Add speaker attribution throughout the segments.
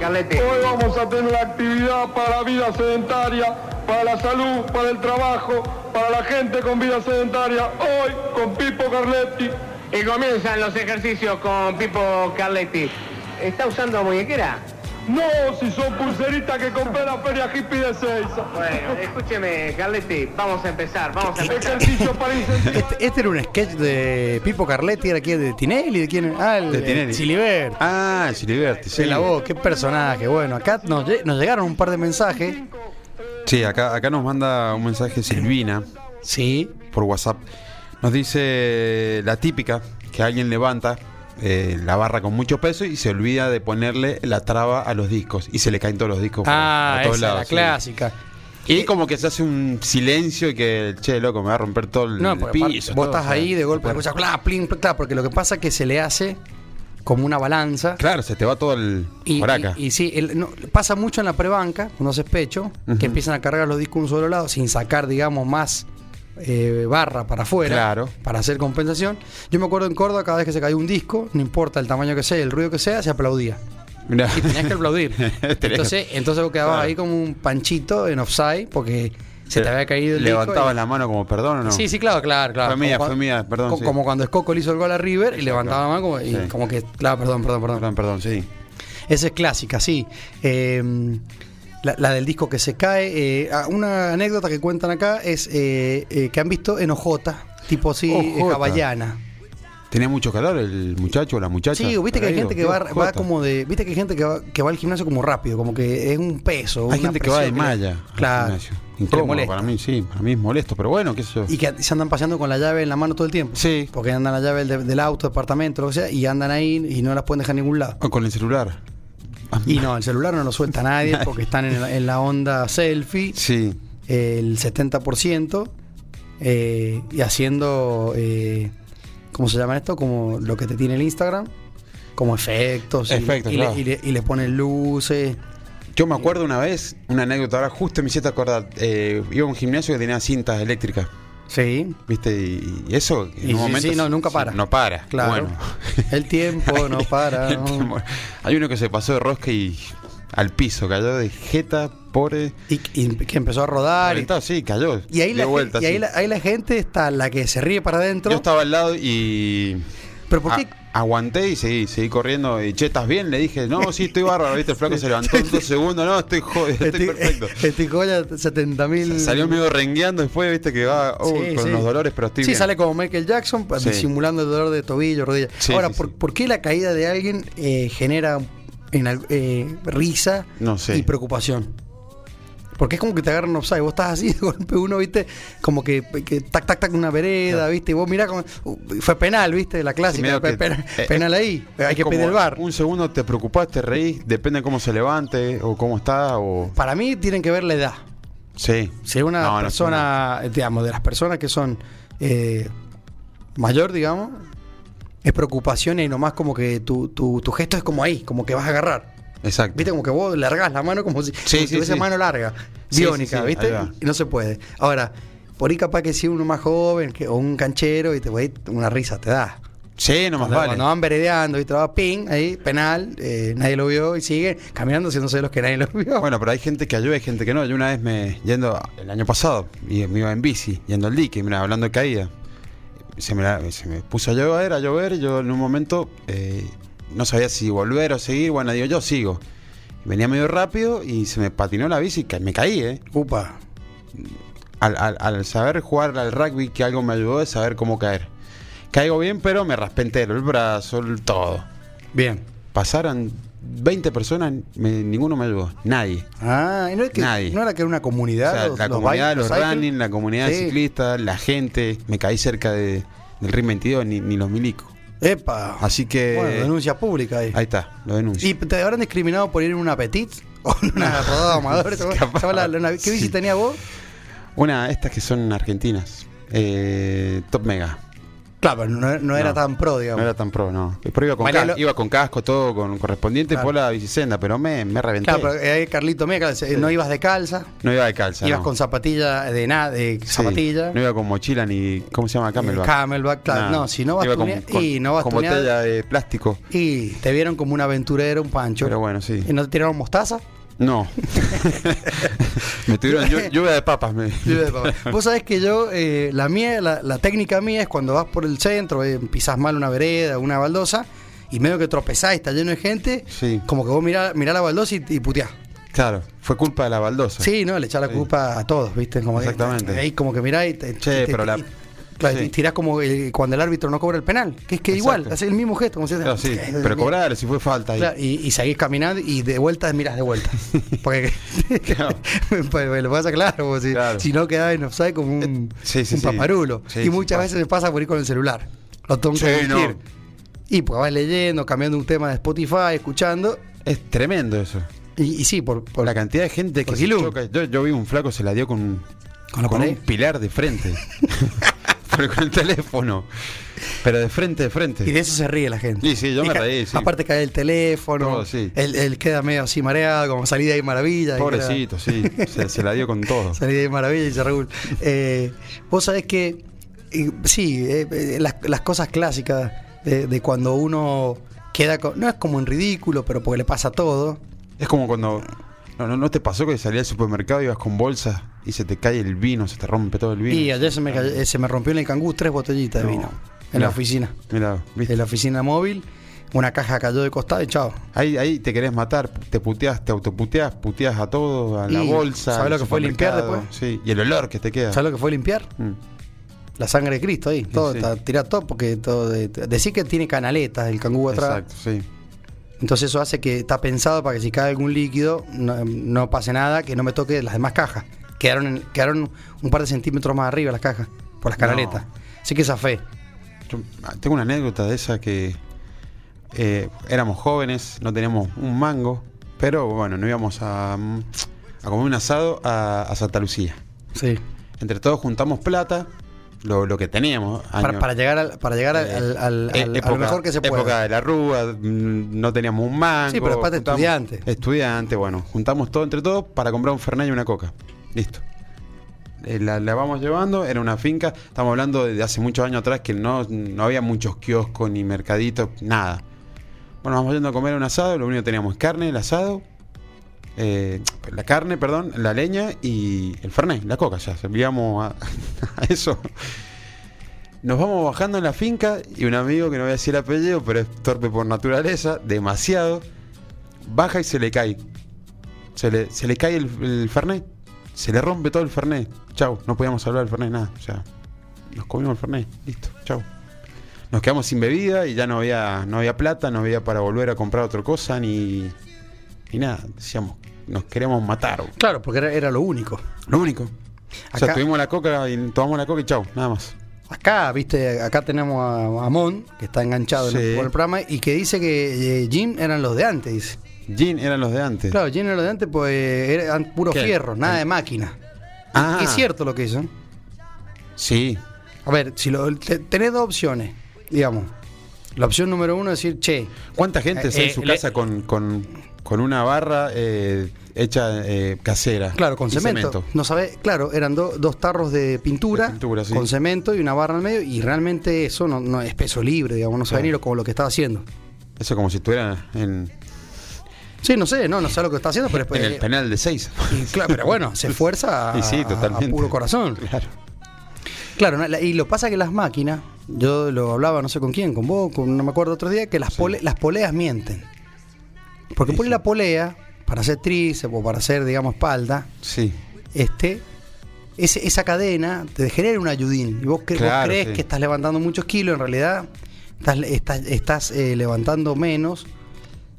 Speaker 1: Carlete.
Speaker 2: Hoy vamos a tener actividad para la vida sedentaria, para la salud, para el trabajo, para la gente con vida sedentaria. Hoy con Pipo Carletti.
Speaker 1: Y comienzan los ejercicios con Pipo Carletti. ¿Está usando muñequera?
Speaker 2: No, si son pulseritas que compré en la feria hippie de Seiza.
Speaker 1: Bueno, escúcheme, Carletti, vamos a empezar, vamos a empezar.
Speaker 2: Ejercicio para incentivar.
Speaker 3: Este, este era un sketch de Pipo Carletti, ¿era quién? ¿De Tinelli? ¿De quién? Ah, el,
Speaker 4: De Tinelli.
Speaker 3: Siliber.
Speaker 4: Ah, Siliberti, sí.
Speaker 3: Se la voz, qué personaje. Bueno, acá nos, lle- nos llegaron un par de mensajes.
Speaker 4: Sí, acá, acá nos manda un mensaje Silvina
Speaker 3: Sí.
Speaker 4: por WhatsApp. Nos dice la típica que alguien levanta eh, la barra con mucho peso y se olvida de ponerle la traba a los discos y se le caen todos los discos
Speaker 3: Ah,
Speaker 4: a
Speaker 3: esa
Speaker 4: todos
Speaker 3: es la
Speaker 4: lados, sí.
Speaker 3: clásica.
Speaker 4: Y como que se hace un silencio y que, che, loco, me va a romper todo el,
Speaker 3: No,
Speaker 4: el
Speaker 3: porque aparte
Speaker 4: piso.
Speaker 3: vos
Speaker 4: todo,
Speaker 3: estás
Speaker 4: o sea,
Speaker 3: ahí de golpe, escuchás, clap, plin, pl- clap, porque lo que pasa es que se le hace como una balanza.
Speaker 4: Claro, se te va todo el
Speaker 3: Y,
Speaker 4: joraca.
Speaker 3: y- y sí, el- no, pasa mucho en la prebanca, unos espechos, que empiezan a cargar los discos de un solo lado sin sacar, digamos, más eh, barra para afuera,
Speaker 4: Claro.
Speaker 3: para hacer compensación. Yo me acuerdo en Córdoba, cada vez que se caía un disco, no importa el tamaño que sea, el ruido que sea, se aplaudía.
Speaker 4: Mirá.
Speaker 3: Y tenías que aplaudir.
Speaker 4: Tenías que-
Speaker 3: entonces, entonces vos quedabas
Speaker 4: Claro.
Speaker 3: ahí como un panchito en offside porque se te había caído el disco.
Speaker 4: Levantabas
Speaker 3: y-
Speaker 4: la mano como perdón o no.
Speaker 3: Sí, sí, claro, claro, claro.
Speaker 4: Fue mía,
Speaker 3: Como
Speaker 4: fue
Speaker 3: cua-
Speaker 4: mía, perdón,
Speaker 3: co-
Speaker 4: sí.
Speaker 3: Como cuando Scocco le hizo el gol a River y levantaba la mano como, y
Speaker 4: Sí.
Speaker 3: como que, claro, perdón, perdón, perdón.
Speaker 4: Perdón, perdón, sí.
Speaker 3: Esa es clásica, sí. Eh, la, la del disco que se cae. eh, ah, una anécdota que cuentan acá es eh, eh, que han visto en Ojota, tipo así, eh,
Speaker 4: Ojota.
Speaker 3: hawaiana.
Speaker 4: ¿Tenía mucho calor el muchacho o la muchacha?
Speaker 3: Sí, viste que hay
Speaker 4: Caído,
Speaker 3: gente que
Speaker 4: qué
Speaker 3: va,
Speaker 4: jota.
Speaker 3: va como de. Viste que hay gente que va, que va al gimnasio como rápido, como que es un peso.
Speaker 4: Hay
Speaker 3: una
Speaker 4: gente que va de
Speaker 3: presión le-
Speaker 4: malla. al
Speaker 3: Claro.
Speaker 4: gimnasio.
Speaker 3: que le
Speaker 4: Incómodo
Speaker 3: molesta.
Speaker 4: para mí, sí. Para mí es molesto, pero bueno, qué sé yo.
Speaker 3: Y que se andan paseando con la llave en la mano todo el tiempo.
Speaker 4: Sí.
Speaker 3: Porque andan la llave del, del auto, departamento, lo que sea, y andan ahí y no las pueden dejar en ningún lado.
Speaker 4: O Ah, con el celular.
Speaker 3: Y no, el celular no lo suelta nadie porque están en la, en la onda selfie,
Speaker 4: Sí.
Speaker 3: el 70%, eh, y haciendo, eh, ¿cómo se llama esto? Como lo que te tiene el Instagram, como efectos. y-
Speaker 4: Efectos,
Speaker 3: y, le-
Speaker 4: claro.
Speaker 3: y le, y le ponen luces.
Speaker 4: Yo me acuerdo una vez, una anécdota ahora justo me hiciste acordar. eh, iba a un gimnasio que tenía cintas eléctricas.
Speaker 3: Sí.
Speaker 4: ¿Viste? Y, y eso, en
Speaker 3: Y
Speaker 4: un
Speaker 3: sí,
Speaker 4: momento.
Speaker 3: sí, no, nunca para.
Speaker 4: no para.
Speaker 3: Claro.
Speaker 4: Bueno. Este
Speaker 3: El tiempo no para. ¿no?
Speaker 4: Hay uno que se pasó de rosca y al piso, cayó de jeta, pobre.
Speaker 3: Y, y que empezó a rodar. Y,
Speaker 4: Aventado, sí, cayó.
Speaker 3: y ahí,
Speaker 4: dio
Speaker 3: la,
Speaker 4: vuelta,
Speaker 3: gen- y ahí
Speaker 4: sí.
Speaker 3: la- ahí la gente está la que se ríe para adentro.
Speaker 4: Yo estaba al lado y.
Speaker 3: Pero ¿por
Speaker 4: a-
Speaker 3: qué?
Speaker 4: aguanté y seguí, seguí corriendo. Y che, ¿estás bien? Le dije, no, sí, estoy bárbaro. Viste, el flaco se levantó en dos segundos. No, estoy jodido, estoy perfecto.
Speaker 3: Estoy eh, joya 70 mil.
Speaker 4: Salió medio rengueando después, viste, que va uy,
Speaker 3: Sí,
Speaker 4: con
Speaker 3: sí.
Speaker 4: los dolores, pero estoy
Speaker 3: Sí,
Speaker 4: bien.
Speaker 3: sale como Michael Jackson pa-
Speaker 4: Sí.
Speaker 3: disimulando el dolor de tobillo, rodilla.
Speaker 4: Sí,
Speaker 3: Ahora,
Speaker 4: sí,
Speaker 3: por,
Speaker 4: sí.
Speaker 3: por qué la caída de alguien eh, genera en al- eh, risa
Speaker 4: No sé.
Speaker 3: y preocupación? Porque es como que te agarran offside, vos estás así de golpe uno, viste, como que, que tac, tac, tac, una vereda, viste, y vos mirá, como, uh, fue penal, viste, la clásica,
Speaker 4: medio
Speaker 3: pe-
Speaker 4: que-
Speaker 3: pena-
Speaker 4: eh,
Speaker 3: penal ahí, hay
Speaker 4: Es
Speaker 3: que
Speaker 4: como
Speaker 3: pedir el bar.
Speaker 4: Un segundo te preocupás, te reís, depende de cómo se levante o cómo está o.
Speaker 3: Para mí tienen que ver la edad.
Speaker 4: Sí.
Speaker 3: Si una
Speaker 4: No, no,
Speaker 3: persona, digamos, de las personas que son eh, mayor, digamos, es preocupación y nomás como que tu, tu, tu gesto es como ahí, como que vas a agarrar.
Speaker 4: Exacto.
Speaker 3: Viste, como que vos largás la mano como si, como si
Speaker 4: sí,
Speaker 3: tuviese
Speaker 4: sí.
Speaker 3: mano larga,
Speaker 4: Sí,
Speaker 3: biónica,
Speaker 4: sí, sí,
Speaker 3: ¿viste?
Speaker 4: ahí va.
Speaker 3: Y no se puede. Ahora, por ahí capaz que si uno más joven que, o un canchero y te güey, una risa te da.
Speaker 4: Sí, no más
Speaker 3: Cuando,
Speaker 4: vale.
Speaker 3: cuando van veredeando y te va ping, ahí, penal, eh, nadie lo vio y sigue caminando haciéndose los que nadie lo vio.
Speaker 4: Bueno, pero hay gente que ayuda, hay gente que no. Yo una vez me yendo el año pasado, y me iba en bici, yendo al dique, mira, hablando de caída. Se me, la- se me puso a llover, a llover, yo en un momento eh, no sabía si volver o seguir, bueno, digo, yo sigo. Venía medio rápido y se me patinó la bici, que me caí, ¿eh?
Speaker 3: Upa.
Speaker 4: Al, al- al saber jugar al rugby, que algo me ayudó es saber cómo caer. Caigo bien, pero me raspé entero, el brazo, el todo.
Speaker 3: Bien.
Speaker 4: Pasaron 20 personas, me- ninguno me ayudó, nadie.
Speaker 3: Ah, ¿y no, es que,
Speaker 4: Nadie.
Speaker 3: no era que era una
Speaker 4: O
Speaker 3: comunidad.
Speaker 4: sea,
Speaker 3: los-
Speaker 4: la
Speaker 3: los
Speaker 4: comunidad de
Speaker 3: bikes,
Speaker 4: los
Speaker 3: cycling?
Speaker 4: running, la comunidad de
Speaker 3: Sí.
Speaker 4: ciclistas, la gente. Me caí cerca de, del RIM 22, ni, ni los milicos.
Speaker 3: Epa.
Speaker 4: Así que.
Speaker 3: Bueno, denuncia pública ahí.
Speaker 4: Ahí está, lo denuncio.
Speaker 3: ¿Y te habrán discriminado por ir en una petit? ¿O en una rodada amadora? ¿Te acuerdas?
Speaker 4: Capaz.
Speaker 3: ¿Te acuerdas la- la- ¿Qué bici
Speaker 4: Sí.
Speaker 3: tenías vos?
Speaker 4: Una de estas que son argentinas. eh, Top Mega.
Speaker 3: Claro, no, no era
Speaker 4: No.
Speaker 3: tan pro,
Speaker 4: No
Speaker 3: digamos.
Speaker 4: era tan pro, no. Pero iba con,
Speaker 3: Bueno,
Speaker 4: casco,
Speaker 3: lo-
Speaker 4: iba con casco, todo con correspondiente
Speaker 3: Claro.
Speaker 4: por la bicicenda, pero me, me reventé.
Speaker 3: Claro, pero eh, Carlito mía, claro, eh, no ibas de calza,
Speaker 4: no iba de calza.
Speaker 3: ibas
Speaker 4: no.
Speaker 3: con zapatilla de nada, de
Speaker 4: Sí,
Speaker 3: zapatilla.
Speaker 4: No iba con mochila ni. ¿Cómo se llama? Camelback.
Speaker 3: eh, Camelback, claro.
Speaker 4: Nada.
Speaker 3: No, si no vas
Speaker 4: Iba con- con-
Speaker 3: y no vas
Speaker 4: Con botella de plástico.
Speaker 3: y te vieron como un aventurero, un pancho.
Speaker 4: Pero bueno, sí.
Speaker 3: ¿Y no te tiraron mostaza?
Speaker 4: No. me tuvieron llu- lluvia de papas. Me.
Speaker 3: Vos sabés que yo, eh, la mía, la, la técnica mía es cuando vas por el centro, eh, pisás mal una vereda, una baldosa, y medio que tropezás y está lleno de gente,
Speaker 4: Sí.
Speaker 3: como que vos mirás, mirás la baldosa y, y puteás.
Speaker 4: Claro, fue culpa de la baldosa.
Speaker 3: Sí, ¿no? Le echás la
Speaker 4: Sí.
Speaker 3: culpa a todos, ¿viste? Como que-
Speaker 4: Exactamente.
Speaker 3: ahí como que mirás y te,
Speaker 4: Che,
Speaker 3: y te-
Speaker 4: pero la-
Speaker 3: y- claro,
Speaker 4: sí.
Speaker 3: y tirás como el- cuando el árbitro no cobra el penal, que es que
Speaker 4: Exacto.
Speaker 3: igual, hace el mismo gesto. Como si-
Speaker 4: Claro, sí. Pero cobrar, si fue falta. ahí.
Speaker 3: Claro, y, y seguís caminando y de vuelta mirás de vuelta. Porque
Speaker 4: Claro.
Speaker 3: me, me lo pasa claro, vos, si,
Speaker 4: Claro. Eh,
Speaker 3: si no quedás en offside como un,
Speaker 4: Sí, sí,
Speaker 3: un
Speaker 4: sí.
Speaker 3: paparulo.
Speaker 4: Sí,
Speaker 3: y
Speaker 4: sí,
Speaker 3: muchas
Speaker 4: pasa.
Speaker 3: veces me pasa por ir con el celular. Lo tengo
Speaker 4: Sí,
Speaker 3: que corregir.
Speaker 4: no.
Speaker 3: Y pues vas leyendo, cambiando un tema de Spotify, escuchando.
Speaker 4: Es tremendo eso.
Speaker 3: Y, y sí, por, por-
Speaker 4: Por la cantidad de gente que
Speaker 3: Por
Speaker 4: se
Speaker 3: Gilú.
Speaker 4: choca. Yo, yo vi un flaco se la dio con, un-
Speaker 3: ¿Con la
Speaker 4: con un
Speaker 3: pared?
Speaker 4: pilar de frente. Pero con el teléfono. Pero de frente, de frente.
Speaker 3: Y de eso se ríe la gente.
Speaker 4: Sí, sí, yo
Speaker 3: Y
Speaker 4: me
Speaker 3: ca-
Speaker 4: reí, sí.
Speaker 3: Aparte cae el teléfono.
Speaker 4: Todo, sí.
Speaker 3: él, él queda medio así mareado, como salida de maravilla. y queda-
Speaker 4: Pobrecito, sí. Se, se la dio con todo.
Speaker 3: Salí de maravilla, dice Raúl. Eh, Vos sabés que, eh, sí, eh, eh, las, las cosas clásicas de, de cuando uno queda, con- no es como en ridículo, pero porque le pasa todo.
Speaker 4: Es como cuando. No, no, ¿no te pasó que salías al supermercado y ibas con bolsas y se te cae el vino, se te rompe todo el vino.
Speaker 3: Y ayer se me, cayó- eh, se me rompió en el cangú tres botellitas de
Speaker 4: No.
Speaker 3: vino en
Speaker 4: Mirá.
Speaker 3: la oficina.
Speaker 4: Mira,
Speaker 3: En la oficina móvil, una caja cayó de costado y chao.
Speaker 4: Ahí, ahí te querés matar, te puteas, te autoputeas, puteas a todo, a la
Speaker 3: Y,
Speaker 4: bolsa.
Speaker 3: ¿sabes
Speaker 4: al
Speaker 3: lo que fue limpiar
Speaker 4: supermercado.
Speaker 3: después?
Speaker 4: Sí, y el olor que te queda.
Speaker 3: ¿Sabes lo que fue limpiar?
Speaker 4: Mm.
Speaker 3: La sangre de Cristo ahí. Todo
Speaker 4: sí.
Speaker 3: está tirado todo porque todo de- decir que tiene canaletas el cangú atrás.
Speaker 4: Exacto, sí.
Speaker 3: Entonces eso hace que está pensado para que si cae algún líquido no, no pase nada, que no me toque las demás cajas. Quedaron, en- quedaron un par de centímetros más arriba las cajas, por las
Speaker 4: No.
Speaker 3: canaletas. Así que esa fe.
Speaker 4: Yo, ah, tengo una anécdota de esa que eh, éramos jóvenes, no teníamos un mango, pero bueno, no íbamos a, mm, a comer un asado a, a Santa Lucía.
Speaker 3: Sí.
Speaker 4: Entre todos juntamos plata, lo, lo que teníamos.
Speaker 3: Para,
Speaker 4: año-
Speaker 3: para llegar al, para llegar al,
Speaker 4: eh,
Speaker 3: al- al-
Speaker 4: eh,
Speaker 3: al- a
Speaker 4: época-
Speaker 3: lo mejor que se
Speaker 4: Época
Speaker 3: pueda.
Speaker 4: de la Rúa, mm, no teníamos un mango.
Speaker 3: Sí, pero aparte
Speaker 4: juntamos-
Speaker 3: estudiante.
Speaker 4: Estudiante, bueno. Juntamos todo entre todos para comprar un Fernet y una coca. Listo. Eh, La, la vamos llevando, era una finca, estamos hablando de hace muchos años atrás que no, no había muchos kioscos ni mercaditos, nada. Bueno, vamos yendo a comer un asado, lo único que teníamos es carne, el asado, eh, la carne, perdón, la leña y el fernet, la coca, ya, servíamos a, a eso. Nos vamos bajando en la finca y un amigo que no voy a decir el apellido, pero es torpe por naturaleza, demasiado, baja y se le cae. Se le, se le cae el, el fernet, se le rompe todo el fernet. Chau, no podíamos hablar del fernet, nada. O sea, nos comimos el fernet, listo, chau. Nos quedamos sin bebida y ya no había, no había plata, no había para volver a comprar otra cosa ni, ni nada. Decíamos, nos queremos matar.
Speaker 3: Claro, porque era, era lo único.
Speaker 4: Lo único. o sea,
Speaker 3: Acá-
Speaker 4: tuvimos la coca y tomamos la coca y chau, nada más.
Speaker 3: Acá, viste, acá tenemos a, a Mon, que está enganchado en
Speaker 4: Sí.
Speaker 3: el, por el programa, y que dice que eh, Jim eran los de antes, dice.
Speaker 4: Gin eran los de antes.
Speaker 3: Claro, Jim eran los de antes, pues eran puro
Speaker 4: ¿Qué?
Speaker 3: fierro, nada de máquina.
Speaker 4: Ah.
Speaker 3: Y es cierto lo que ¿eh? dicen.
Speaker 4: Sí,
Speaker 3: A ver, si lo, te- tenés dos opciones, digamos. La opción número uno es decir, che,
Speaker 4: ¿Cuánta gente
Speaker 3: Eh,
Speaker 4: está
Speaker 3: eh,
Speaker 4: en su
Speaker 3: le-
Speaker 4: casa con, con- con una barra eh, hecha eh, casera?
Speaker 3: claro, con
Speaker 4: y
Speaker 3: cemento. No sabés, claro, eran do- dos tarros de pintura,
Speaker 4: De pintura, sí.
Speaker 3: con cemento y una barra al medio, y realmente eso no, no es peso libre, digamos, no sabe
Speaker 4: Claro.
Speaker 3: ni lo, como lo que estaba haciendo.
Speaker 4: Eso como si estuvieran en,
Speaker 3: Sí, no sé, no, no sabe lo que está haciendo, pero eh,
Speaker 4: en el penal de seis.
Speaker 3: y claro, pero bueno, se esfuerza a,
Speaker 4: Y sí,
Speaker 3: a-
Speaker 4: totalmente.
Speaker 3: a puro corazón.
Speaker 4: Claro.
Speaker 3: Claro, no, la- y lo pasa que las máquinas, yo lo hablaba no sé con quién, con vos, con- no me acuerdo otro día, que las, pole- las poleas mienten. Porque
Speaker 4: Sí,
Speaker 3: pone
Speaker 4: sí.
Speaker 3: la polea para hacer tríceps o para hacer, digamos, espalda,
Speaker 4: Sí.
Speaker 3: este, ese- esa cadena te genera un ayudín. Y vos, cre- vos
Speaker 4: Claro,
Speaker 3: crees
Speaker 4: sí.
Speaker 3: que estás levantando muchos kilos, en realidad estás, estás, estás, eh, levantando menos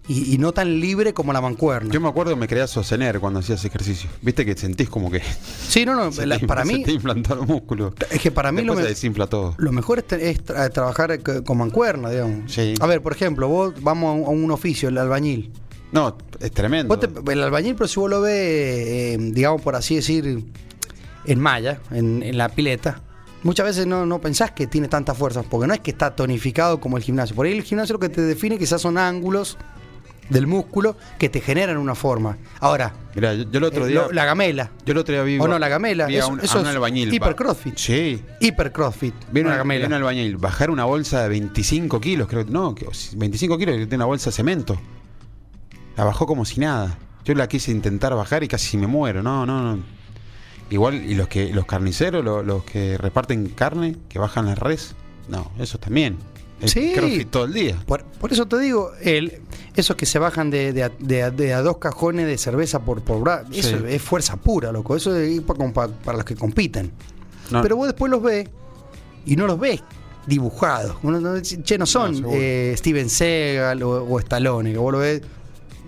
Speaker 3: y, y no tan libre como la mancuerna.
Speaker 4: Yo me acuerdo me quería sostener cuando hacías ejercicio. Viste que sentís como que
Speaker 3: sí, no, no,
Speaker 4: se
Speaker 3: la-
Speaker 4: te-
Speaker 3: para
Speaker 4: se
Speaker 3: mí,
Speaker 4: te inflan todos los músculos.
Speaker 3: es que para mí
Speaker 4: Después
Speaker 3: lo
Speaker 4: se
Speaker 3: me-
Speaker 4: desinfla todo.
Speaker 3: Lo mejor es, te- es tra- trabajar c- con mancuerna, digamos.
Speaker 4: Sí.
Speaker 3: A ver, por ejemplo, vos vamos a un, a un oficio, el albañil.
Speaker 4: No, es tremendo.
Speaker 3: Vos te- el albañil, pero si vos lo em, ves, eh, digamos, por así decir, en malla, en, en la pileta, muchas veces no, no pensás que tiene tantas fuerzas, porque no es que está tonificado como el gimnasio. Por ahí el gimnasio lo que te define quizás son ángulos del músculo que te generan una forma. Ahora,
Speaker 4: Mira, yo, yo el otro
Speaker 3: eh,
Speaker 4: día.
Speaker 3: lo- la gamela.
Speaker 4: Yo el otro día vi.
Speaker 3: O no, la gamela.
Speaker 4: vi a
Speaker 3: Eso,
Speaker 4: un, a
Speaker 3: eso
Speaker 4: un albañil.
Speaker 3: es
Speaker 4: pa-
Speaker 3: hiper crossfit.
Speaker 4: Sí.
Speaker 3: Hiper crossfit.
Speaker 4: Vi
Speaker 3: una
Speaker 4: una
Speaker 3: gamela.
Speaker 4: vi un albañil bajar una bolsa de 25 kilos, creo. No, que- 25 kilos, que tiene una bolsa de cemento. La bajó como si nada. Yo la quise intentar bajar y casi me muero. No, no, no. Igual, y los que los carniceros, lo- los, que reparten carne, que bajan las res, no, esos también. El
Speaker 3: Sí.
Speaker 4: crossfit todo el día.
Speaker 3: Por, por eso te digo, el, esos que se bajan de, de a, de a- de a dos cajones de cerveza por, por bra- eso
Speaker 4: Sí.
Speaker 3: es fuerza pura, loco. Eso es ir pa- con- pa- para los que compiten.
Speaker 4: No.
Speaker 3: Pero vos después los ves y no los ves dibujados. Uno no- che, no son
Speaker 4: seguro.
Speaker 3: eh, Steven Seagal o, o Stallone, que vos lo ves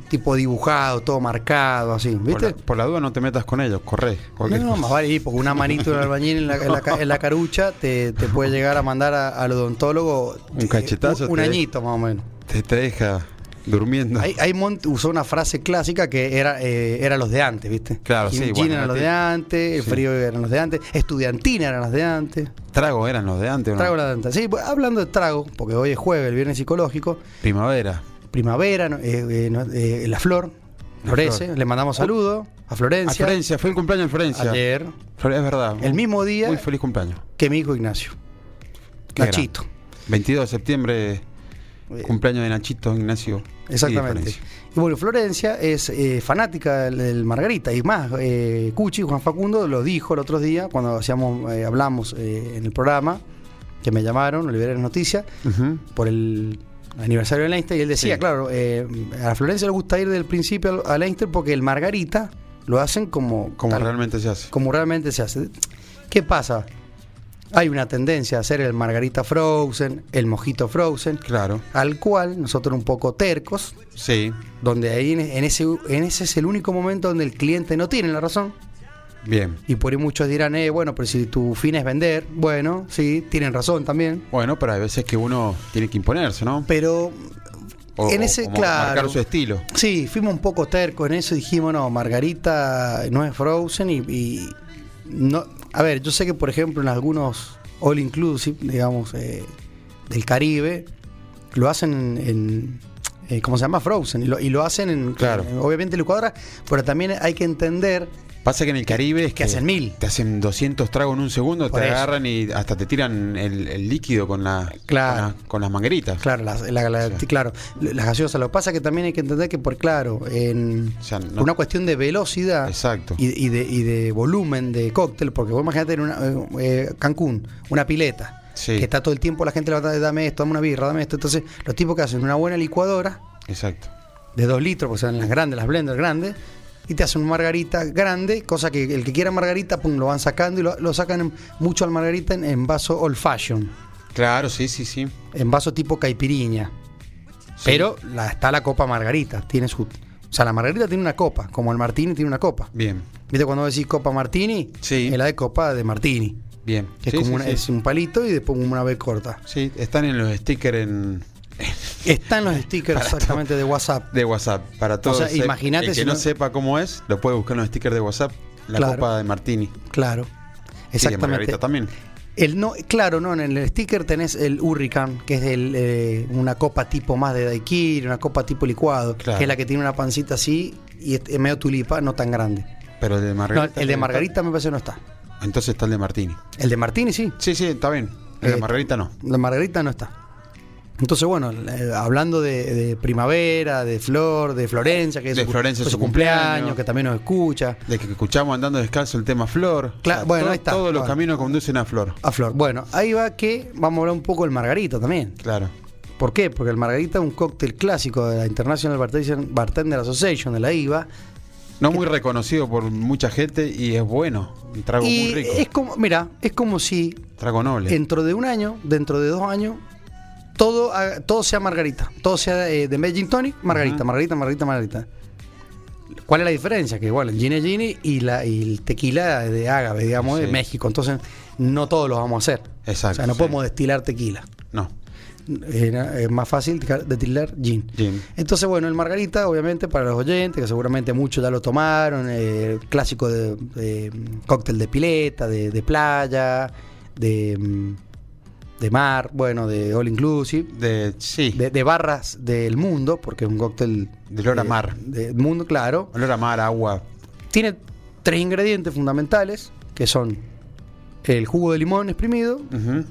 Speaker 3: tipo dibujado, todo marcado, así,
Speaker 4: Por la,
Speaker 3: ¿viste?
Speaker 4: por la duda no te metas con ellos, corre.
Speaker 3: No, no, más vale ir, porque una manito de albañil en la, en la ca- en la carucha te, te puede llegar a mandar a- al odontólogo
Speaker 4: Un
Speaker 3: eh,
Speaker 4: cachetazo
Speaker 3: un- un
Speaker 4: te-
Speaker 3: añito más o menos.
Speaker 4: Te, te deja durmiendo.
Speaker 3: Hay, hay Mont usó una frase clásica que era, eh, era los de antes, ¿viste?
Speaker 4: Claro, sí,
Speaker 3: Gin- Gin
Speaker 4: bueno,
Speaker 3: eran los de
Speaker 4: Martín.
Speaker 3: antes, el
Speaker 4: Sí.
Speaker 3: frío eran los de antes, estudiantina eran los de antes,
Speaker 4: Trago eran los de antes, ¿o no?
Speaker 3: trago era de antes. Sí, pues, hablando de trago, porque hoy es jueves, el viernes psicológico,
Speaker 4: Primavera.
Speaker 3: primavera, no- eh, eh, no- eh, la flor,
Speaker 4: La
Speaker 3: florece,
Speaker 4: flor. Uh,
Speaker 3: le mandamos saludos a
Speaker 4: A
Speaker 3: Florencia,
Speaker 4: Florencia, fue el cumpleaños de Florencia.
Speaker 3: ayer,
Speaker 4: Flor- Es verdad.
Speaker 3: el mismo día
Speaker 4: Muy feliz cumpleaños.
Speaker 3: que mi hijo Ignacio,
Speaker 4: Qué
Speaker 3: Nachito.
Speaker 4: gran. 22 de septiembre,
Speaker 3: Eh,
Speaker 4: cumpleaños de Nachito Ignacio. y de
Speaker 3: Exactamente.
Speaker 4: Florencia.
Speaker 3: Y bueno, Florencia es eh, fanática del, del Margarita. Y más, eh, Cuchi, Juan Facundo, lo dijo el otro día cuando hacíamos, eh, hablamos eh, en el programa, que me llamaron, Oliveras Noticias,
Speaker 4: Ujú.
Speaker 3: por el aniversario del Einstein. Y él decía,
Speaker 4: Sí.
Speaker 3: claro, eh, a Florencia le gusta ir del principio al, al Einstein porque el Margarita lo hacen como,
Speaker 4: Como
Speaker 3: tal-
Speaker 4: realmente se hace.
Speaker 3: como realmente se hace. ¿Qué pasa? Hay una tendencia a hacer el Margarita Frozen, el Mojito Frozen,
Speaker 4: Claro.
Speaker 3: al cual nosotros un poco tercos,
Speaker 4: Sí.
Speaker 3: donde ahí en, en ese, en ese es el único momento donde el cliente no tiene la razón.
Speaker 4: Bien.
Speaker 3: Y por ahí muchos dirán, eh, bueno, pero si tu fin es vender, bueno, sí, tienen razón también.
Speaker 4: Bueno, pero hay veces que uno tiene que imponerse, ¿no?
Speaker 3: Pero
Speaker 4: O-
Speaker 3: en
Speaker 4: o
Speaker 3: ese,
Speaker 4: como
Speaker 3: claro.
Speaker 4: Marcar su estilo.
Speaker 3: Sí, fuimos un poco tercos en eso y dijimos, no, Margarita no es Frozen y, y no. A ver, yo sé que por ejemplo en algunos all inclusive, digamos, eh, del Caribe, lo hacen en, en, eh, ¿cómo se llama? Frozen. Y lo, y lo hacen en,
Speaker 4: Claro.
Speaker 3: en, obviamente licuadora, pero también hay que entender
Speaker 4: Pasa que en el Caribe es
Speaker 3: que hacen mil.
Speaker 4: Te hacen 200 tragos en un segundo,
Speaker 3: Por
Speaker 4: te
Speaker 3: eso.
Speaker 4: agarran y hasta te tiran el, el líquido con, la,
Speaker 3: Claro.
Speaker 4: con, la- con las mangueritas.
Speaker 3: Claro, las, la- la-
Speaker 4: Sí.
Speaker 3: claro, las gaseosas. Lo que pasa es que también hay que entender que, por claro, en
Speaker 4: O sea, no-
Speaker 3: por una cuestión de velocidad
Speaker 4: Exacto.
Speaker 3: y, y de, y de volumen de cóctel, porque vos imagínate en una, eh, eh, Cancún, una pileta,
Speaker 4: Sí.
Speaker 3: que está todo el tiempo la gente le va a dar, dame esto, dame una birra, dame esto. Entonces, los tipos que hacen una buena licuadora
Speaker 4: Exacto.
Speaker 3: de dos litros, porque son las grandes, las blenders grandes, y te hacen un margarita grande, cosa que el que quiera margarita, pum, lo van sacando y lo, lo sacan en- mucho al margarita en, en vaso old fashion,
Speaker 4: Claro, sí, sí, sí.
Speaker 3: en vaso tipo caipiriña.
Speaker 4: Sí.
Speaker 3: Pero la, está la copa margarita, tiene su... O sea, la margarita tiene una copa, como el martini tiene una copa.
Speaker 4: Bien,
Speaker 3: ¿Viste cuando decís copa martini?
Speaker 4: Sí.
Speaker 3: Es la de copa de martini.
Speaker 4: bien.
Speaker 3: Que
Speaker 4: Sí,
Speaker 3: es, como
Speaker 4: sí,
Speaker 3: una-
Speaker 4: sí.
Speaker 3: es un palito y después una vez corta.
Speaker 4: Sí, están en los stickers en-
Speaker 3: Están los stickers exactamente de WhatsApp.
Speaker 4: de WhatsApp. Para todos.
Speaker 3: sea,
Speaker 4: eh,
Speaker 3: imagínate
Speaker 4: el que
Speaker 3: si
Speaker 4: no,
Speaker 3: no-
Speaker 4: sepa cómo es, lo puede buscar en los stickers de WhatsApp. La
Speaker 3: Claro.
Speaker 4: copa de Martini.
Speaker 3: Claro.
Speaker 4: Y de
Speaker 3: Exactamente.
Speaker 4: Margarita también.
Speaker 3: el no, claro, no, en el sticker tenés el Hurricane, que es el, eh, una copa tipo más de daiquiri, una copa tipo licuado,
Speaker 4: Claro.
Speaker 3: que es la que tiene una pancita así y es es medio tulipa, no tan grande.
Speaker 4: Pero el de
Speaker 3: No,
Speaker 4: Margarita.
Speaker 3: el de Margarita me parece que no está.
Speaker 4: Entonces está el de Martini.
Speaker 3: El de Martini sí.
Speaker 4: Sí, sí, está bien. El
Speaker 3: Eh,
Speaker 4: de Margarita no.
Speaker 3: La margarita no está. Entonces, bueno, eh, hablando de, de primavera, de flor, de Florencia, que es
Speaker 4: De
Speaker 3: cu-
Speaker 4: Florencia,
Speaker 3: fue
Speaker 4: su cumpleaños,
Speaker 3: que también nos escucha,
Speaker 4: De que escuchamos andando descalzo el tema Flor.
Speaker 3: Claro, bueno, ahí está.
Speaker 4: Todos los
Speaker 3: Bueno.
Speaker 4: caminos conducen a Flor.
Speaker 3: a Flor. Bueno, ahí va que vamos a hablar un poco del margarita también.
Speaker 4: Claro.
Speaker 3: ¿Por qué? Porque el margarita es un cóctel clásico de la International Bartender Bartender Association, de la IVA.
Speaker 4: No muy reconocido por mucha gente y es bueno. Un trago
Speaker 3: y
Speaker 4: muy rico.
Speaker 3: es como, mira, es como si
Speaker 4: Trago noble.
Speaker 3: dentro de un año, dentro de dos años, todo, haga- todo sea margarita. Todo sea eh, de Medellín Tonic, margarita,
Speaker 4: Ajá.
Speaker 3: margarita, margarita, margarita. ¿Cuál es la diferencia? Que igual el gin es gin y, la, y el tequila de agave, digamos, de
Speaker 4: Sí.
Speaker 3: México. Entonces, no todos lo vamos a hacer. O
Speaker 4: Exacto,
Speaker 3: sea, no
Speaker 4: sí.
Speaker 3: podemos destilar tequila.
Speaker 4: No.
Speaker 3: Era- Es más fácil dejar- destilar gin.
Speaker 4: Gin.
Speaker 3: Entonces, bueno, el margarita, obviamente, para los oyentes, que seguramente muchos ya lo tomaron, eh, clásico de, de, mm, cóctel de pileta, de, de playa, de, mm, de mar, bueno, de all inclusive,
Speaker 4: De, sí,
Speaker 3: de, de barras del mundo, porque es un cóctel
Speaker 4: de olor a
Speaker 3: de-
Speaker 4: mar.
Speaker 3: del mundo, claro.
Speaker 4: Olor a mar, agua.
Speaker 3: Tiene tres ingredientes fundamentales, que son el jugo de limón exprimido,
Speaker 4: Ujú.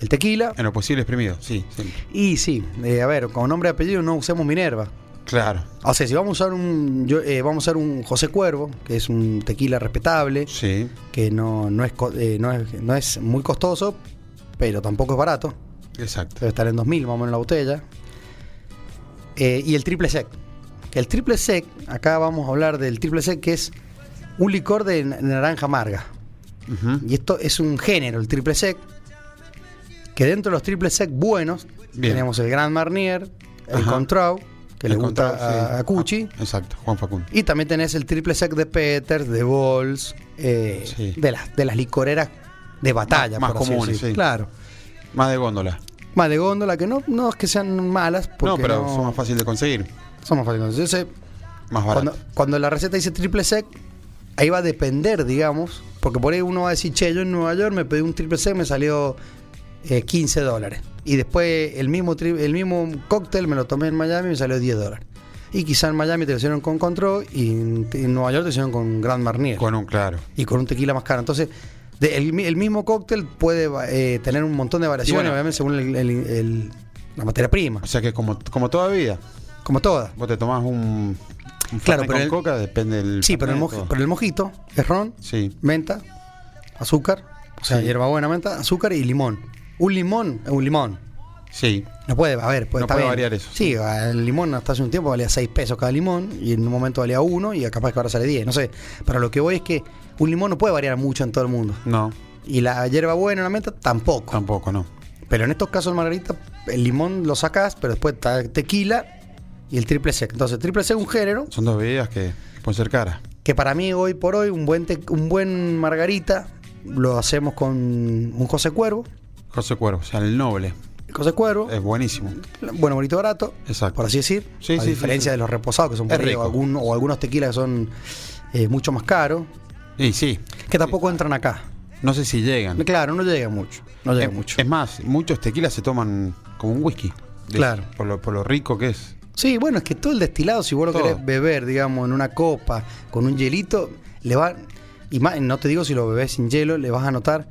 Speaker 3: el tequila,
Speaker 4: En lo posible exprimido, sí, sí.
Speaker 3: y sí, eh, a ver, con nombre y apellido no usemos Minerva.
Speaker 4: Claro,
Speaker 3: O sea, si vamos a usar un, yo- eh, vamos a usar un José Cuervo, que es un tequila respetable,
Speaker 4: sí.
Speaker 3: que no, no, es, co- eh, no, es, no es muy costoso, pero tampoco es barato.
Speaker 4: Exacto.
Speaker 3: Debe estar en 2000 más o menos la botella. Eh, y el triple sec. Que el triple sec, acá vamos a hablar del triple sec, que es un licor de na- naranja amarga.
Speaker 4: Ujú.
Speaker 3: Y esto es un género, el triple sec. Que dentro de los triple sec buenos
Speaker 4: Bien.
Speaker 3: tenemos el Grand Marnier, el
Speaker 4: Ajá.
Speaker 3: Contrau, que le
Speaker 4: El
Speaker 3: gusta
Speaker 4: control,
Speaker 3: a,
Speaker 4: sí.
Speaker 3: a Cuchi.
Speaker 4: Ah, exacto, Juan Facundo.
Speaker 3: Y también tenés el triple sec de Peters, de Bols, eh,
Speaker 4: Sí.
Speaker 3: de, las, de las licoreras de batalla.
Speaker 4: Más- más
Speaker 3: por así
Speaker 4: comunes,
Speaker 3: decir.
Speaker 4: sí.
Speaker 3: Claro.
Speaker 4: Más de góndola.
Speaker 3: Más de góndola, que no, no es que sean malas, porque
Speaker 4: No, pero
Speaker 3: no-
Speaker 4: son más fácil de conseguir.
Speaker 3: son más fáciles. Entonces,
Speaker 4: Más barato.
Speaker 3: cuando, cuando la receta dice triple sec, ahí va a depender, digamos, porque por ahí uno va a decir, che, yo en Nueva York me pedí un triple sec, me salió eh, 15 dólares. Y después el mismo, tri- el mismo cóctel me lo tomé en Miami y me salió 10 dólares. Y quizá en Miami te lo hicieron con Control y en, en Nueva York te lo hicieron con Grand Marnier
Speaker 4: Con un claro.
Speaker 3: y con un tequila más caro. Entonces, de- el, mi- el mismo cóctel puede va- eh, tener un montón de variaciones,
Speaker 4: Y bueno.
Speaker 3: obviamente, según el- el- el- la materia prima,
Speaker 4: O sea que como, como todavía,
Speaker 3: como todas.
Speaker 4: vos te tomás un, un
Speaker 3: Claro,
Speaker 4: Fernet
Speaker 3: pero
Speaker 4: con
Speaker 3: el-
Speaker 4: coca, depende del...
Speaker 3: Sí, pero el,
Speaker 4: Fernet,
Speaker 3: moji-
Speaker 4: todo.
Speaker 3: pero el mojito es ron,
Speaker 4: Sí,
Speaker 3: menta, azúcar, o sea,
Speaker 4: Sí.
Speaker 3: hierbabuena, menta, azúcar y limón. Un limón es un limón.
Speaker 4: sí.
Speaker 3: No puede, a ver, puede,
Speaker 4: No
Speaker 3: está
Speaker 4: puede
Speaker 3: bien.
Speaker 4: variar eso.
Speaker 3: Sí, el limón hasta hace un tiempo valía 6 pesos cada limón y en un momento valía 1 y capaz que ahora sale 10, no sé. Pero lo que voy es que un limón no puede variar mucho en todo el mundo.
Speaker 4: No,
Speaker 3: Y la hierbabuena, la menta, tampoco.
Speaker 4: tampoco, no.
Speaker 3: Pero en estos casos, Margarita, el limón lo sacás, pero después está tequila y el triple sec. Entonces, triple sec es un género
Speaker 4: Son dos bebidas que pueden ser caras.
Speaker 3: que para mí hoy por hoy, un buen, te- un buen Margarita lo hacemos con un José Cuervo.
Speaker 4: José Cuervo, o sea, el noble.
Speaker 3: El José Cuervo,
Speaker 4: Es buenísimo.
Speaker 3: bueno, bonito, barato,
Speaker 4: Exacto.
Speaker 3: por así decir.
Speaker 4: Sí,
Speaker 3: a
Speaker 4: sí,
Speaker 3: diferencia
Speaker 4: sí, sí.
Speaker 3: de los reposados, que son
Speaker 4: Es
Speaker 3: por ahí,
Speaker 4: rico.
Speaker 3: o, algún- o algunos tequilas que son eh, mucho más caros,
Speaker 4: Y sí,
Speaker 3: que tampoco entran acá.
Speaker 4: no sé si llegan.
Speaker 3: Claro, no llega mucho. No llega
Speaker 4: es,
Speaker 3: mucho.
Speaker 4: es más, muchos tequilas se toman como un whisky. De-
Speaker 3: Claro.
Speaker 4: Por lo, por lo rico que es.
Speaker 3: Sí, bueno, es que todo el destilado, si vos lo
Speaker 4: Todo.
Speaker 3: querés beber, digamos, en una copa, con un hielito, le va. Y más, no te digo si lo bebés sin hielo, le vas a notar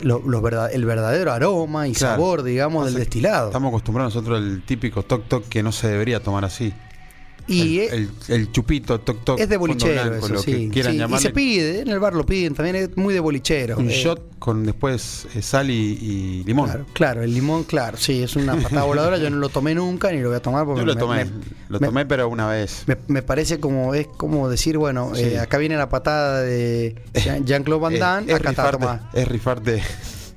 Speaker 3: lo- los verda- el verdadero aroma y
Speaker 4: Claro.
Speaker 3: sabor, digamos,
Speaker 4: Pasa
Speaker 3: del
Speaker 4: que
Speaker 3: destilado.
Speaker 4: Estamos acostumbrados nosotros al típico toc toc que no se debería tomar así.
Speaker 3: y
Speaker 4: el,
Speaker 3: es,
Speaker 4: el- el chupito toc toc.
Speaker 3: es de
Speaker 4: fondo
Speaker 3: bolichero,
Speaker 4: blanco,
Speaker 3: eso,
Speaker 4: lo
Speaker 3: sí,
Speaker 4: que quieran
Speaker 3: sí. Y
Speaker 4: llamarle.
Speaker 3: se pide, en el bar lo piden, también es muy de bolichero.
Speaker 4: Un
Speaker 3: eh,
Speaker 4: shot con después eh, sal y, y limón.
Speaker 3: Claro, claro, el limón, claro, sí, es una patada voladora. Yo no lo tomé nunca ni lo voy a tomar porque
Speaker 4: Yo lo
Speaker 3: me-
Speaker 4: tomé,
Speaker 3: me-
Speaker 4: lo
Speaker 3: me-
Speaker 4: tomé pero una vez.
Speaker 3: Me, me parece como es como decir, bueno,
Speaker 4: Sí.
Speaker 3: eh, acá viene la patada de Jean- Jean-Claude Van
Speaker 4: Eh,
Speaker 3: Damme,
Speaker 4: es,
Speaker 3: acá está
Speaker 4: rifarte,
Speaker 3: tomada.
Speaker 4: es rifarte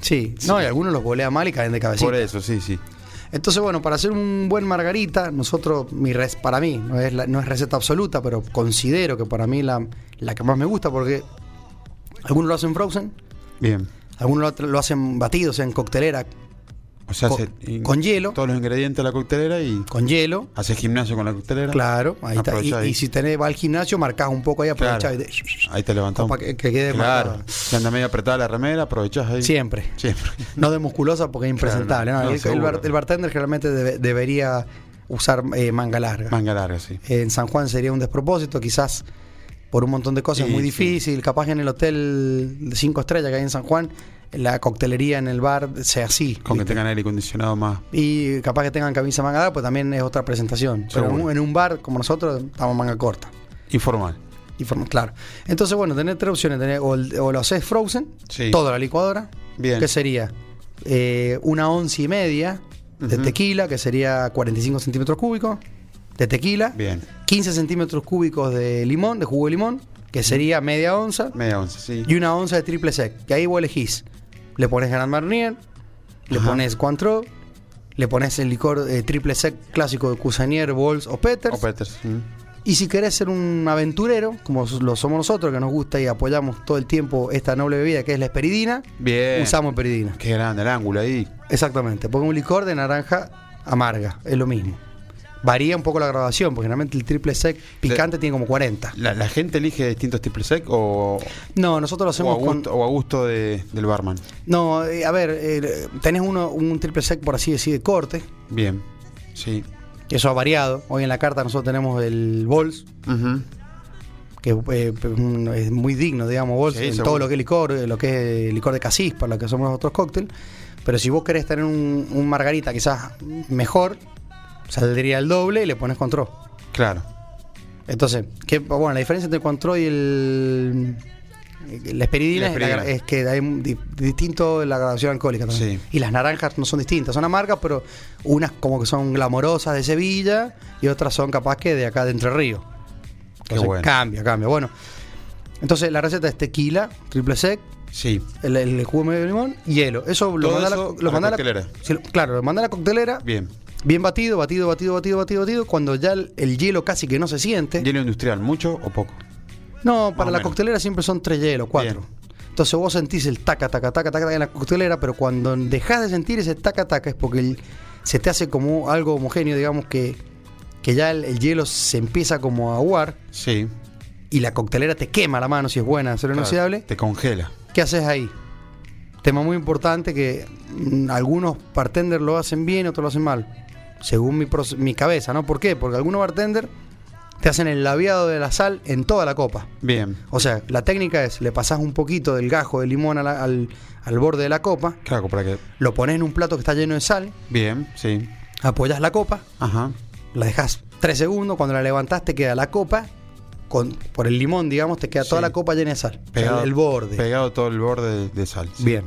Speaker 3: Sí, no, y algunos los volea mal y caen de cabecita.
Speaker 4: por eso, sí, sí.
Speaker 3: Entonces, bueno, para hacer un buen margarita, nosotros, mi res, para mí, no es, la- no es receta absoluta, pero considero que para mí la, la que más me gusta porque algunos lo hacen frozen,
Speaker 4: Bien.
Speaker 3: algunos lo, lo hacen batidos en coctelera
Speaker 4: O sea,
Speaker 3: Con-
Speaker 4: in-
Speaker 3: con hielo.
Speaker 4: Todos los ingredientes de la coctelera y
Speaker 3: con hielo.
Speaker 4: haces gimnasio con la coctelera.
Speaker 3: Claro, ahí está. Y,
Speaker 4: Aprovechá ahí.
Speaker 3: y si tenés, va al gimnasio, marcás un poco ahí,
Speaker 4: Claro.
Speaker 3: aprovechás y de-
Speaker 4: Ahí te levantamos.
Speaker 3: Como para que- que quede
Speaker 4: claro.
Speaker 3: marcado.
Speaker 4: Si anda medio apretada la remera, aprovechás ahí.
Speaker 3: siempre.
Speaker 4: Siempre.
Speaker 3: No de musculosa porque es impresentable.
Speaker 4: no,
Speaker 3: ¿no?
Speaker 4: no,
Speaker 3: el, el
Speaker 4: seguro.
Speaker 3: bar- el bartender generalmente debe- debería usar eh, manga larga.
Speaker 4: Manga larga, sí.
Speaker 3: En San Juan sería un despropósito, quizás por un montón de cosas
Speaker 4: Sí,
Speaker 3: muy
Speaker 4: sí.
Speaker 3: difícil. Capaz que en el hotel de cinco estrellas que hay en San Juan, la coctelería en el bar sea así.
Speaker 4: Con que
Speaker 3: ¿viste?
Speaker 4: tengan aire acondicionado más.
Speaker 3: Y capaz que tengan camisa manga larga, pues también es otra presentación. Pero en
Speaker 4: Seguro.
Speaker 3: un, en un bar como nosotros, estamos manga corta.
Speaker 4: Informal.
Speaker 3: Y forma- claro. Entonces, bueno, tener tres opciones. Tenés, o, el- o lo haces frozen,
Speaker 4: Sí.
Speaker 3: todo a la licuadora.
Speaker 4: Bien.
Speaker 3: Que sería eh, una once y media de
Speaker 4: Ujú.
Speaker 3: tequila, que sería 45 centímetros cúbicos de tequila.
Speaker 4: Bien.
Speaker 3: 15 centímetros cúbicos de limón, de jugo de limón, que sería media onza.
Speaker 4: Media once, sí.
Speaker 3: Y una onza de triple sec. Que ahí vos elegís. Le pones Grand Marnier, le
Speaker 4: Ajá.
Speaker 3: pones Cointreau, le pones el licor eh, triple sec clásico de Cusanier, Bols o Peters.
Speaker 4: O Peters. mm.
Speaker 3: Y si querés ser un aventurero, como lo somos nosotros, que nos gusta y apoyamos todo el tiempo esta noble bebida que es la esperidina,
Speaker 4: Bien.
Speaker 3: usamos esperidina.
Speaker 4: Qué grande el ángulo ahí.
Speaker 3: Exactamente, porque un licor de naranja amarga, es lo mismo. Varía un poco la graduación, porque generalmente el triple sec picante tiene como 40.
Speaker 4: ¿La, la gente elige distintos triple sec o,
Speaker 3: No, nosotros lo
Speaker 4: o a
Speaker 3: hacemos con.
Speaker 4: gusto, o a gusto de- del barman?
Speaker 3: No, eh, a ver, eh, tenés uno, un triple sec, por así decir, de corte.
Speaker 4: Bien, sí.
Speaker 3: que Eso ha variado. Hoy en la carta nosotros tenemos el Bols,
Speaker 4: Ujú.
Speaker 3: que eh, un- es muy digno, digamos, Bols,
Speaker 4: Sí,
Speaker 3: en
Speaker 4: seguro.
Speaker 3: todo lo que es licor, eh, lo que es licor de casis, para lo que somos nosotros cóctel. Pero si vos querés tener un, un margarita quizás mejor, saldría el doble y le pones control.
Speaker 4: Claro.
Speaker 3: Entonces, que, bueno, la diferencia entre el control y el. La
Speaker 4: La
Speaker 3: esperidina, es la-
Speaker 4: esperidina.
Speaker 3: Es, que hay un di- distinto la graduación alcohólica también.
Speaker 4: Sí.
Speaker 3: Y las naranjas no son distintas, son amargas, pero unas como que son glamorosas de Sevilla y otras son capaz que de acá de Entre Ríos. Entonces,
Speaker 4: bueno.
Speaker 3: Cambia, cambia. Bueno, entonces la receta es tequila, triple sec,
Speaker 4: Sí.
Speaker 3: el, el jugo medio de limón, hielo. Eso lo
Speaker 4: Todo
Speaker 3: manda
Speaker 4: eso a la coctelera.
Speaker 3: sí, lo- claro, lo manda a la coctelera.
Speaker 4: Bien.
Speaker 3: Bien batido, batido, batido, batido, batido, batido. Cuando ya el, el hielo casi que no se siente.
Speaker 4: ¿Hielo industrial, mucho o poco?
Speaker 3: No,
Speaker 4: o
Speaker 3: para la
Speaker 4: menos.
Speaker 3: coctelera siempre son tres hielos, cuatro.
Speaker 4: Bien.
Speaker 3: Entonces vos sentís el taca, taca, taca, taca en la coctelera, pero cuando dejás de sentir ese taca, taca es porque el- se te hace como algo homogéneo, digamos que, que ya el, el hielo se empieza como a aguar
Speaker 4: Sí.
Speaker 3: y la coctelera te quema la mano si es buena, acero
Speaker 4: Claro,
Speaker 3: inoxidable.
Speaker 4: Te congela.
Speaker 3: ¿Qué haces ahí? Tema muy importante que mm, algunos bartenders lo hacen bien, otros lo hacen mal. Según mi, proce- mi cabeza, ¿no? ¿Por qué? Porque algunos bartenders te hacen el labiado de la sal en toda la copa.
Speaker 4: Bien.
Speaker 3: O sea, la técnica es, le pasás un poquito del gajo de limón a la- al, al borde de la copa,
Speaker 4: Claro, para que.
Speaker 3: lo pones en un plato que está lleno de sal,
Speaker 4: Bien, sí.
Speaker 3: apoyas la copa,
Speaker 4: Ajá.
Speaker 3: la dejas 3 segundos, cuando la levantás te queda la copa, con, por el limón, digamos, te queda toda
Speaker 4: Sí.
Speaker 3: la copa llena de sal. O sea, el, el borde.
Speaker 4: Pegado todo el borde de sal. sí.
Speaker 3: Bien.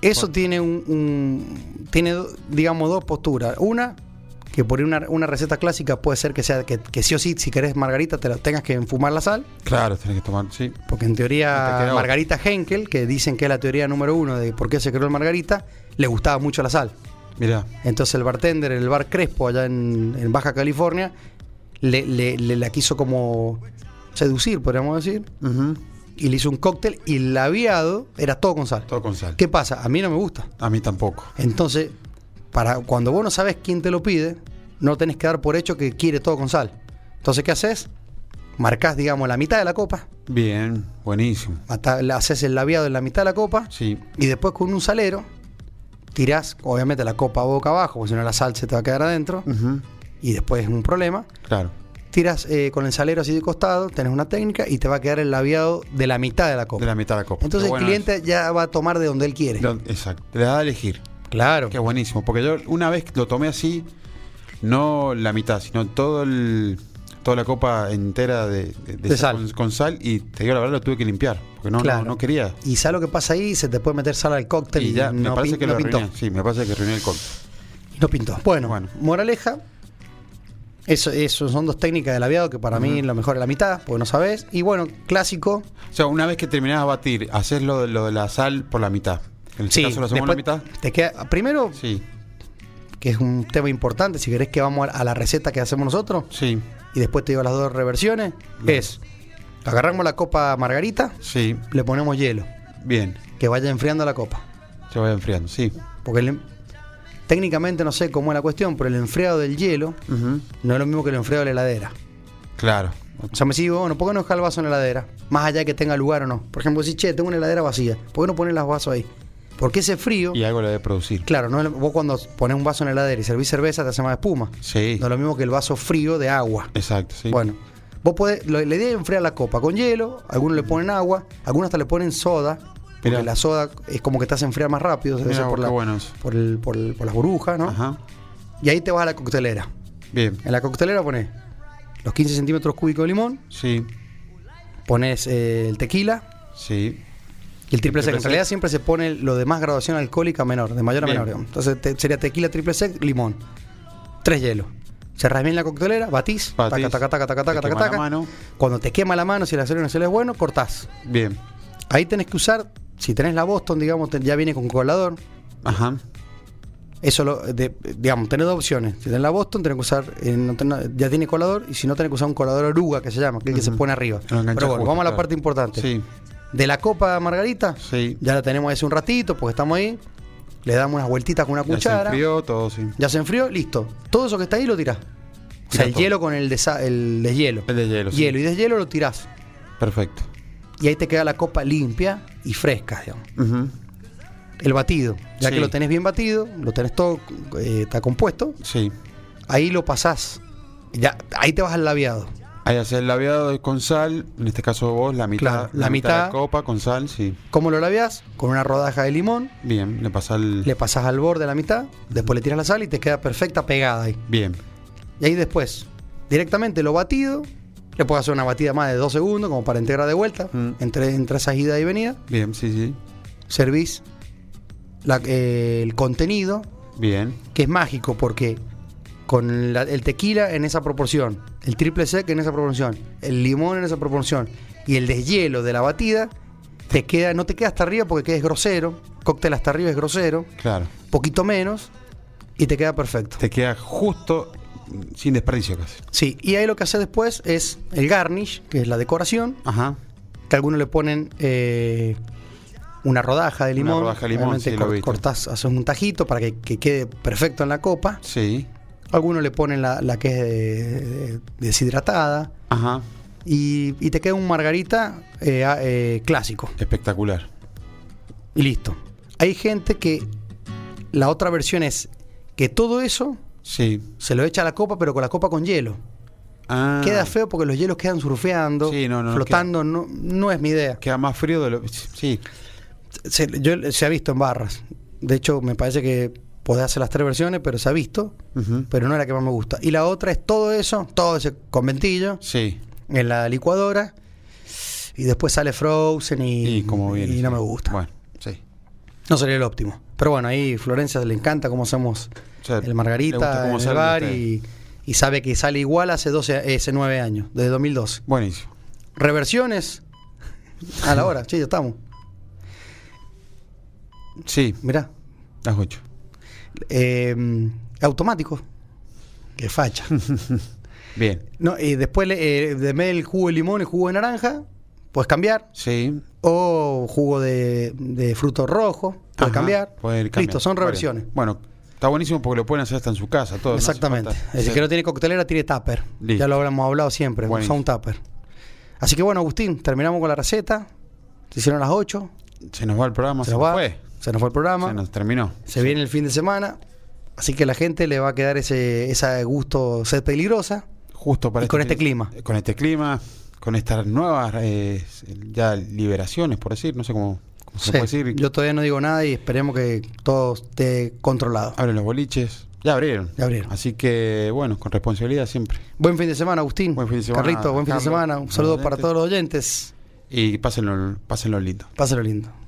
Speaker 3: Eso tiene un, un- tiene do- digamos dos posturas. Una, que por una, una receta clásica puede ser que sea que, que sí o sí, si querés margarita, te la tengas que enfumar la sal.
Speaker 4: Claro, tenés que tomar. Sí.
Speaker 3: Porque en
Speaker 4: No te
Speaker 3: teoría
Speaker 4: queda
Speaker 3: Margarita Henkel, que dicen que es la teoría número uno de por qué se creó el Margarita, le gustaba mucho la sal.
Speaker 4: Mirá.
Speaker 3: Entonces el bartender en el bar Crespo allá en, en Baja California le, le- le la quiso como seducir, podríamos decir,
Speaker 4: Ujú.
Speaker 3: y le hizo un cóctel y el labiado era todo con sal.
Speaker 4: Todo con sal.
Speaker 3: ¿Qué pasa? A mí no me gusta.
Speaker 4: A mí tampoco.
Speaker 3: Entonces, para cuando vos no sabes quién te lo pide, no tenés que dar por hecho que quiere todo con sal. Entonces, ¿qué haces? Marcás, digamos, la mitad de la copa,
Speaker 4: Bien, buenísimo.
Speaker 3: matá- le haces el labiado en la mitad de la copa,
Speaker 4: Sí.
Speaker 3: y después con un salero tirás, obviamente, la copa boca abajo, porque si no la sal se te va a quedar adentro,
Speaker 4: Ujú.
Speaker 3: y después es un problema.
Speaker 4: Claro.
Speaker 3: Tirás eh, con el salero así de costado, tenés una técnica y te va a quedar el labiado de la mitad de la copa.
Speaker 4: De la mitad de la copa.
Speaker 3: Entonces
Speaker 4: Qué bueno
Speaker 3: el cliente ya va a tomar de donde él quiere.
Speaker 4: es. Lo- Exacto. Te da a elegir.
Speaker 3: claro.
Speaker 4: Qué buenísimo. Porque yo una vez lo tomé así, no la mitad, sino todo el. Toda la copa entera de, de- de
Speaker 3: De sal.
Speaker 4: sal Con, con sal y te digo la verdad lo tuve que limpiar porque no, no-
Speaker 3: Claro.
Speaker 4: no, quería
Speaker 3: Y sabes lo que pasa ahí, se te puede meter sal al cóctel
Speaker 4: y
Speaker 3: y,
Speaker 4: ya me
Speaker 3: no,
Speaker 4: parece
Speaker 3: pin-
Speaker 4: que
Speaker 3: no
Speaker 4: lo
Speaker 3: pintó.
Speaker 4: arruiné sí me parece que arruiné el cóctel
Speaker 3: No pintó. Bueno,
Speaker 4: Bueno.
Speaker 3: moraleja. Eso, eso son dos técnicas de labiado que para mí lo mejor es la mitad, porque no sabes. Y bueno, clásico,
Speaker 4: o sea una vez que terminás de batir haces lo, de- lo de la sal por la mitad en este caso lo hacemos por la
Speaker 3: después
Speaker 4: mitad
Speaker 3: Te queda, primero,
Speaker 4: sí
Speaker 3: que es un tema importante, si querés que vamos a, a la receta que hacemos nosotros,
Speaker 4: sí
Speaker 3: y después te digo las dos reversiones,
Speaker 4: Bien.
Speaker 3: es, agarramos la copa margarita,
Speaker 4: sí
Speaker 3: le ponemos hielo,
Speaker 4: bien
Speaker 3: que vaya enfriando la copa.
Speaker 4: se va enfriando sí
Speaker 3: Porque el- em, técnicamente no sé cómo es la cuestión, pero el enfriado del hielo
Speaker 4: Ujú.
Speaker 3: no es lo mismo que el enfriado de la heladera.
Speaker 4: claro
Speaker 3: O sea, me decís, bueno, ¿por qué no dejar el vaso en la heladera? Más allá que tenga lugar o no. Por ejemplo, si, che, tengo una heladera vacía, ¿por qué no poner los vasos ahí? Porque ese frío...
Speaker 4: y algo lo debe producir
Speaker 3: Claro, no es lo- vos cuando pones un vaso en la heladera y servís cerveza te hace más espuma.
Speaker 4: sí
Speaker 3: No es lo mismo que el vaso frío de agua.
Speaker 4: exacto sí
Speaker 3: Bueno, vos podés, lo- la idea es enfriar la copa con hielo, algunos le ponen agua, algunos hasta le ponen soda, porque
Speaker 4: Mirá.
Speaker 3: la soda es como que te hace enfriar más rápido, debe
Speaker 4: Mirá
Speaker 3: ser
Speaker 4: vos,
Speaker 3: por,
Speaker 4: qué
Speaker 3: la-
Speaker 4: bueno eso.
Speaker 3: por, el- por el- por las burbujas, ¿no?
Speaker 4: ajá
Speaker 3: Y ahí te vas a la coctelera.
Speaker 4: bien
Speaker 3: En la coctelera pones los 15 centímetros cúbicos de limón,
Speaker 4: sí
Speaker 3: pones eh, el tequila
Speaker 4: sí
Speaker 3: y el triple
Speaker 4: El triple
Speaker 3: sec. En
Speaker 4: sec.
Speaker 3: realidad siempre se pone lo de más graduación alcohólica menor, de mayor a
Speaker 4: Bien.
Speaker 3: menor. digamos. Entonces te- sería tequila, triple sec, limón. Tres hielos. Cerrás bien la coctelera, batís,
Speaker 4: Batís.
Speaker 3: taca, taca, taca, taca, taca,
Speaker 4: Te
Speaker 3: taca,
Speaker 4: quema la
Speaker 3: taca.
Speaker 4: mano.
Speaker 3: Cuando te quema la mano, si el acero no se le es bueno, cortás.
Speaker 4: bien
Speaker 3: Ahí tenés que usar, si tenés la Boston, digamos, te- ya viene con colador.
Speaker 4: ajá
Speaker 3: Eso, lo, de- digamos, tenés dos opciones. Si tenés la Boston, tenés que usar, eh, no ten- ya tiene colador, y si no, tenés que usar un colador oruga, que se llama, que es el que se
Speaker 4: Ujú.
Speaker 3: pone arriba.
Speaker 4: Lo
Speaker 3: Pero
Speaker 4: enganchás
Speaker 3: bueno,
Speaker 4: justo,
Speaker 3: vamos a la
Speaker 4: claro.
Speaker 3: parte importante.
Speaker 4: sí
Speaker 3: De la copa Margarita,
Speaker 4: Sí.
Speaker 3: ya la tenemos hace un ratito porque estamos ahí. Le damos unas vueltitas con una
Speaker 4: Ya se
Speaker 3: cuchara.
Speaker 4: enfrió todo, sí.
Speaker 3: Ya se enfrió, listo. Todo eso que está ahí lo tirás. O sea,
Speaker 4: Tira
Speaker 3: el
Speaker 4: todo.
Speaker 3: hielo con el, desa- el deshielo.
Speaker 4: El deshielo, sí.
Speaker 3: Hielo y deshielo lo tirás.
Speaker 4: Perfecto.
Speaker 3: Y ahí te queda la copa limpia y fresca, digamos.
Speaker 4: Ujú.
Speaker 3: El batido. Ya
Speaker 4: Sí.
Speaker 3: que lo tenés bien batido, lo tenés todo, eh, está compuesto.
Speaker 4: Sí.
Speaker 3: Ahí lo pasás. Ya, ahí te vas al labiado.
Speaker 4: Ahí haces el labiado con sal, en este caso vos, la mitad,
Speaker 3: Claro, la
Speaker 4: de
Speaker 3: mitad.
Speaker 4: copa con sal, sí.
Speaker 3: ¿Cómo lo labiás? Con una rodaja de limón.
Speaker 4: Bien, le pasas el.
Speaker 3: Le pasás al borde a la mitad. Después le tiras la sal y te queda perfecta pegada ahí.
Speaker 4: Bien.
Speaker 3: Y ahí después, directamente lo batido, le puedes hacer una batida más de dos segundos, como para integrar de vuelta,
Speaker 4: Mm.
Speaker 3: entre, entre esas idas y venidas.
Speaker 4: Bien, sí, sí.
Speaker 3: Servís la- eh, el contenido,
Speaker 4: Bien.
Speaker 3: que es mágico porque con la- el tequila en esa proporción, el triple sec en esa proporción, el limón en esa proporción y el deshielo de la batida, te queda, no te queda hasta arriba porque queda es grosero, cóctel hasta arriba es grosero,
Speaker 4: Claro.
Speaker 3: poquito menos y te queda perfecto.
Speaker 4: Te queda justo mm, sin desperdicio casi.
Speaker 3: Sí, y ahí lo que hace después es el garnish, que es la decoración,
Speaker 4: Ajá.
Speaker 3: que algunos le ponen eh, una rodaja de limón.
Speaker 4: rodaja de limón,
Speaker 3: Obviamente
Speaker 4: sí, lo
Speaker 3: cor-
Speaker 4: he visto.
Speaker 3: cortás, haces un tajito para que, que quede perfecto en la copa.
Speaker 4: Sí.
Speaker 3: Algunos le ponen la, la que es de- de- deshidratada.
Speaker 4: Ajá.
Speaker 3: Y, y te queda un margarita eh, a- eh, clásico.
Speaker 4: Espectacular.
Speaker 3: Y listo. Hay gente que la otra versión es que todo eso
Speaker 4: Sí.
Speaker 3: se lo echa a la copa, pero con la copa con hielo.
Speaker 4: Ah,
Speaker 3: Queda feo porque los hielos quedan surfeando,
Speaker 4: Sí, no, no, no,
Speaker 3: flotando. No, no es mi idea.
Speaker 4: Queda más frío de lo. Sí.
Speaker 3: Se, yo- se ha visto en barras. De hecho, me parece que podés hacer las tres versiones, pero se ha visto.
Speaker 4: Ujú.
Speaker 3: Pero no es la que más me gusta. Y la otra es todo eso, todo ese conventillo
Speaker 4: Sí.
Speaker 3: en la licuadora. Y después sale Frozen y,
Speaker 4: Y como viene.
Speaker 3: y no
Speaker 4: sí.
Speaker 3: me gusta.
Speaker 4: Bueno, sí.
Speaker 3: No sería el óptimo. Pero bueno, ahí Florencia le encanta cómo hacemos
Speaker 4: O sea,
Speaker 3: el
Speaker 4: le gusta
Speaker 3: Margarita
Speaker 4: cómo
Speaker 3: en el
Speaker 4: sale
Speaker 3: bar
Speaker 4: usted.
Speaker 3: y, y sabe que sale igual hace 12, ese 9 años, desde 2012.
Speaker 4: Buenísimo.
Speaker 3: Reversiones a la hora, sí, ya estamos.
Speaker 4: Sí,
Speaker 3: Mirá,
Speaker 4: las ocho.
Speaker 3: eh, automático. Qué facha.
Speaker 4: Bien.
Speaker 3: No, y después, le- eh, de vez del jugo de limón y jugo de naranja, puedes cambiar.
Speaker 4: Sí.
Speaker 3: O jugo de, de fruto rojo, puedes
Speaker 4: Ajá,
Speaker 3: cambiar.
Speaker 4: puede ir
Speaker 3: Listo,
Speaker 4: cambiando.
Speaker 3: son
Speaker 4: Vale.
Speaker 3: reversiones.
Speaker 4: Bueno, está buenísimo porque lo pueden hacer hasta en su casa, todo. no hace
Speaker 3: Exactamente.
Speaker 4: falta-
Speaker 3: El que no tiene coctelera tiene tupper.
Speaker 4: Listo.
Speaker 3: Ya lo hemos hablado siempre, usa
Speaker 4: Buenísimo.
Speaker 3: un tupper. Así que bueno, Agustín, terminamos con la receta. Se hicieron las 8,
Speaker 4: Se nos va el programa,
Speaker 3: se nos va.
Speaker 4: fue.
Speaker 3: Se nos fue el programa.
Speaker 4: Se nos terminó.
Speaker 3: Se viene el fin de semana. Así que a la gente le va a quedar ese, ese gusto sed peligrosa.
Speaker 4: Justo para
Speaker 3: Y con este clima.
Speaker 4: Con este clima, con estas nuevas eh, ya liberaciones, por decir, no sé cómo, cómo se
Speaker 3: Sí,
Speaker 4: puede decir.
Speaker 3: Yo todavía no digo nada y esperemos que todo esté controlado.
Speaker 4: Abren los boliches. Ya abrieron.
Speaker 3: Ya abrieron.
Speaker 4: Así que, bueno, con responsabilidad siempre.
Speaker 3: Buen fin de semana, Agustín.
Speaker 4: Buen fin de semana,
Speaker 3: Carlito, buen fin de
Speaker 4: Carlos,
Speaker 3: semana. Un
Speaker 4: los
Speaker 3: saludo para
Speaker 4: oyentes.
Speaker 3: todos los oyentes.
Speaker 4: Y pásenlo, pásenlo lindo.
Speaker 3: Pásenlo lindo.